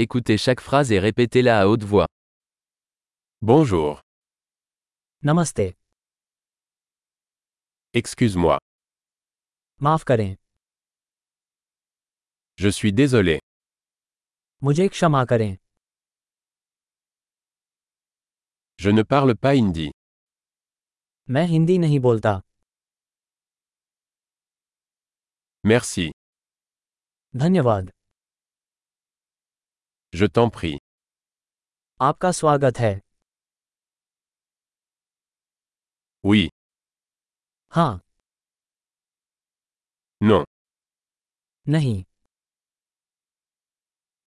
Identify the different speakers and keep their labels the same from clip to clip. Speaker 1: Écoutez chaque phrase et répétez-la à haute voix.
Speaker 2: Bonjour,
Speaker 3: नमस्ते
Speaker 2: excuse-moi,
Speaker 3: माफ करें
Speaker 2: je suis désolé,
Speaker 3: मुझे क्षमा करें
Speaker 2: je ne parle pas hindi,
Speaker 3: मैं हिंदी नहीं बोलता
Speaker 2: merci,
Speaker 3: धन्यवाद
Speaker 2: je t'en prie,
Speaker 3: आपका स्वागत है
Speaker 2: oui,
Speaker 3: हाँ
Speaker 2: non,
Speaker 3: नहीं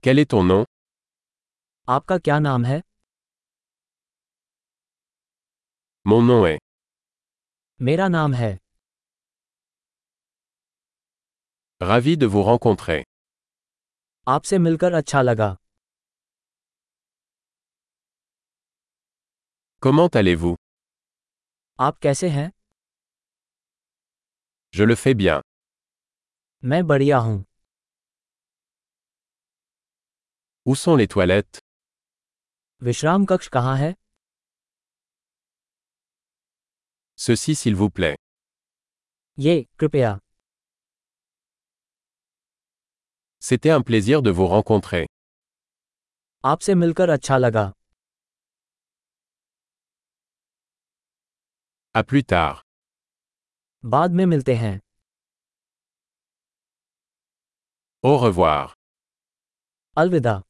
Speaker 2: quel est ton nom,
Speaker 3: आपका क्या नाम है
Speaker 2: mon nom est,
Speaker 3: मेरा नाम है
Speaker 2: ravi de vous rencontrer,
Speaker 3: आपसे मिलकर अच्छा लगा
Speaker 2: comment allez-vous,
Speaker 3: आप कैसे हैं
Speaker 2: je le fais bien,
Speaker 3: मैं बढ़िया हूँ
Speaker 2: où sont les toilettes,
Speaker 3: विश्राम कक्ष कहाँ है
Speaker 2: ceci s'il vous plaît,
Speaker 3: ये कृपया
Speaker 2: c'était un plaisir de vous rencontrer,
Speaker 3: आपसे मिलकर अच्छा लगा
Speaker 2: à plus tard,
Speaker 3: बाद में मिलते हैं
Speaker 2: au revoir.
Speaker 3: अलविदा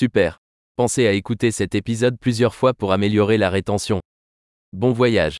Speaker 1: Super. Pensez à écouter cet épisode plusieurs fois pour améliorer la rétention. Bon voyage.